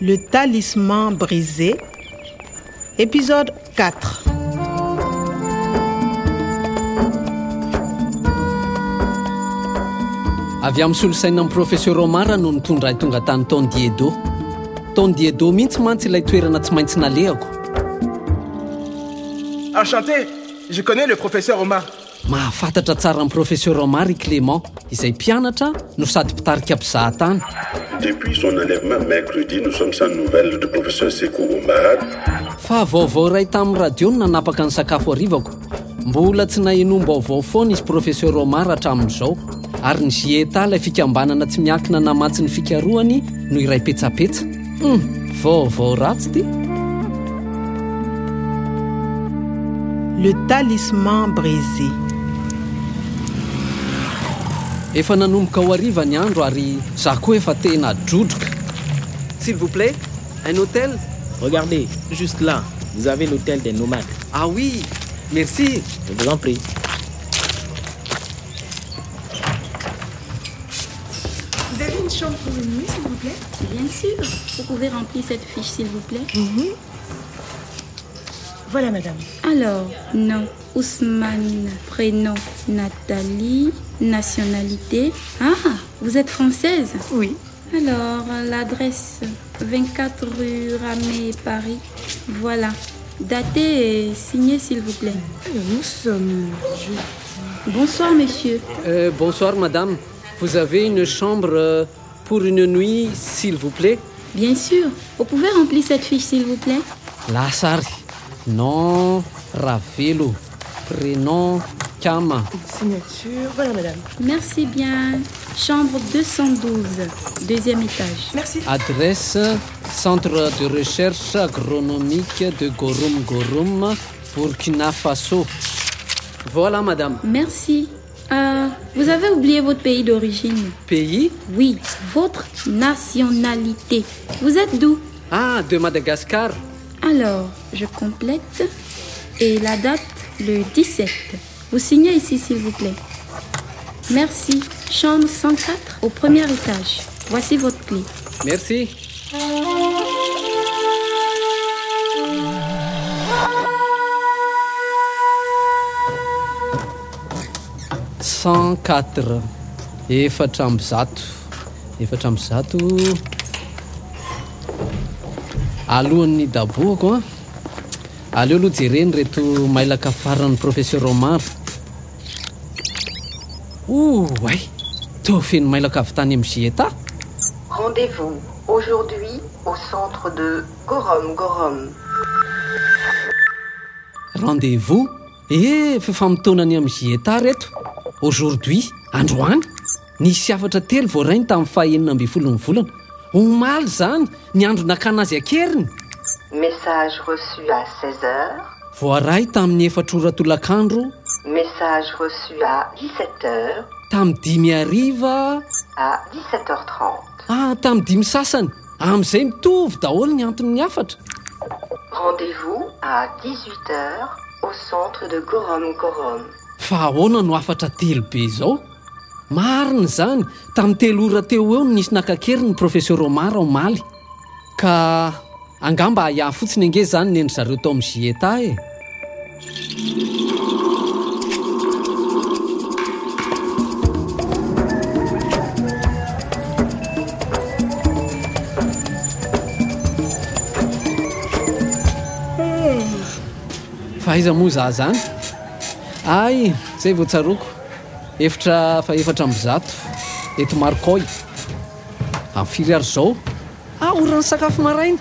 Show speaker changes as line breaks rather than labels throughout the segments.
Le talisman brisé, épisode 4.
avy amin'ny solosaina amin'ny professeur omara no nitondra ay tonga tany ton diedo ton diedo mihitsy mantsy ilay toerana tsy maintsy nalehako
Enchanté, je connais le professeur Omar.
mahafantatra tsara amin'ny professeur omara i clément izay mpianatra no sady mpitarika mpizahan-tany
Depuis son enlèvement mercredi, nous sommes sans nouvelles du professeur Sekou Omar.
fa vaovao iray tamin'ny radio no nanapaka ny sakafo arivako mbola tsy nahenom-baovao foana izy professeur omara hatramin'izao ary ny zieta ilay fikambanana tsy miankina namatsy ny fikaroany no iray petsapetsa um vaovao ratsy ty
Le talisman brisé.
efa nanomboka ho ariva ny andro ary za koa efa tena drodroka
S'il vous plaît, un hôtel
Regardez, juste là, vous avez l'hôtel des nomades.
Ah oui, merci.
Je vous en prie.
Vous avez une chambre pour une nuit, s'il vous plaît
Bien sûr, vous pouvez remplir cette fiche s'il vous plaît.
Voilà, madame.
Alors, nom, Ousmane, prénom, Nathalie, nationalité. Ah, vous êtes française
Oui.
Alors, l'adresse 24 rue Ramée, Paris. Voilà. Datez et signez s'il vous plaît.
Alors, nous sommes. je-
Bonsoir monsieur.
Euh, bonsoir madame vous avez une chambre euh, pour une nuit s'il vous plaît
Bien sûr, vous pouvez remplir cette fiche s'il vous plaît.
lasary nom ravelo prénom kama
Une signature. Voilà, madame.
Merci bien. Chambre 212, deuxième étage.
Merci.
Adresse Centre de recherche agronomique de Gorum Gorum, Burkina Faso. Voilà, madame.
Merci. Euh, vous avez oublié votre pays d'origine.
Pays
Oui, votre nationalité. Vous êtes d'où
Ah, de Madagascar.
Alors, je complète. Et la date, le 17. Vous signez ici, s'il vous plaît. Merci. Chambre 104 au premier étage. Voici votre clé.
Merci. cent quatre efatra amby zato efatra amby zato alohan'ny daboako a aleo aloha jereny reto mailaka faran'ny professeur omar o ay tofeny mailaka avy tany amin'ny E zieta
Rendez-vous aujourd'hui au centre de Gorom Gorom.
rendez-vous eh fifamotoana ny amin'ny zieta reto aujourd'hui androany nisy afatra telo voarainy tamin'ny fahaenina amby folon'ny volana omaly zany ny andro nakanazy akeriny
Message reçu à 16h.
voaray tamin'ny efatra ora tolakandro
Message reçu à 17h
tamin'ny dimy ariva
à 17h30.
ah tamin'ny dimy sasany amin'izay mitovy daholo ny anton'ny afatra
Rendez-vous à 18h au centre de Gorom Gorom.
fa ahoana no afatra telo be izao marina izany tamin'ny telo ora teo eo no nisy nakakery ny professeur omara omaly ka angamba hiahy fotsiny ange zany ny endry zareo tao amin'ny zieta e fa aiza moa za zany ay zay e voatsaroko efitra fa efatra amby zato eto markoy amin'ny firy ary zao ah oran'ny sakafo maraina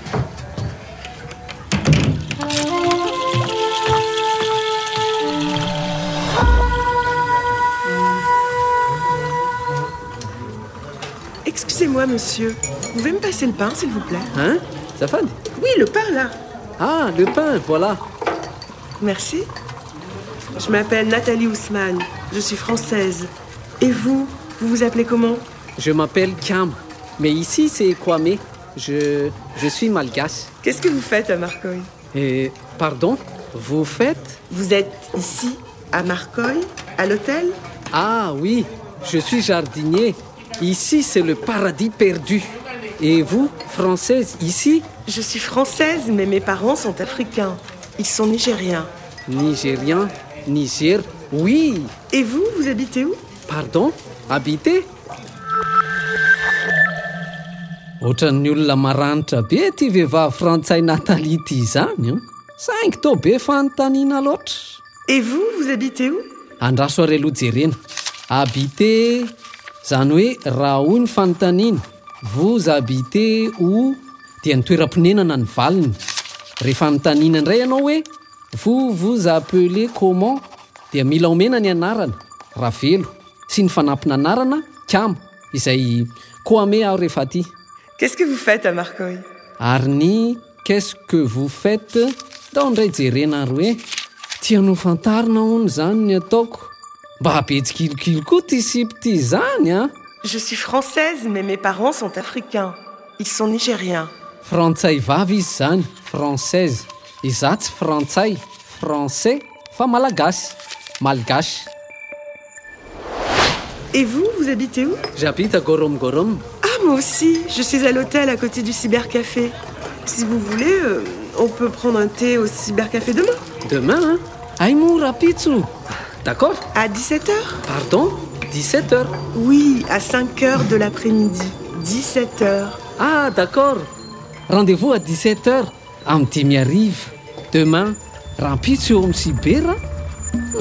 Excusez-moi, monsieur. Vous pouvez me passer le pain, s'il vous plaît
hein zafady
Oui, le pain, là.
ah le pain voilà
Merci. Je m'appelle Nathalie Ousmane. Je suis française. Et vous Vous vous appelez comment
je m'appelle Cam mais ici c'est Kwame je je suis malgache
Qu'est-ce que vous faites à Marcoy
et pardon vous faites
Vous êtes ici, à Marcoy, à l'hôtel
ah oui je suis jardinier ici c'est le paradis perdu
Et vous, française, ici
Je suis française, mais mes parents sont africains. Ils sont nigériens.
Nigérien, Niger, oui.
Et vous, vous habitez où
Pardon Habité
ohatran'ny olona maranitra be ty vehivavy frantsay natalia ity izany a saingy to be fanontaniana loatra
Et vous, vous habitez où
andraso are aloha jerena habité zany hoe raha hoy ny fanontaniana vous habité ou dia nitoeram-ponenana ny valiny rehefa notaniana indray ianao hoe vous vous appelez comment dia mila omena ny anarana ravelo sy ny fanampinanarana kama izay koame aho rehefa aty
Qu'est-ce que vous faites à Marcoy
ary ny qu'est-ce que vous faites tao indray jerena ary hoe tianao fantarina hony zany ny ataoko mba habetsikilokilo koa ty sipy ty izany a
Je suis française, mais mes parents sont africains. Ils sont nigériens.
frantsay vavy izy zany française iza tsy frantsay français fa malagasy malgasy
Et vous, vous habitez où
J'habite à Gorom Gorom.
Ah, moi aussi. Je suis à l'hôtel à côté du cybercafé. Si vous voulez, euh, on peut prendre un thé au cybercafé demain,
Demain, hein
ay mora pitso
D'accord
à 17h.
Pardon 17h.
Oui, à 5h de l'après-midi. 17h.
Ah, d'accord.
rendez-vous à 17h amin'ity miariva demain raha pitso eo amin'ny sibera
hein.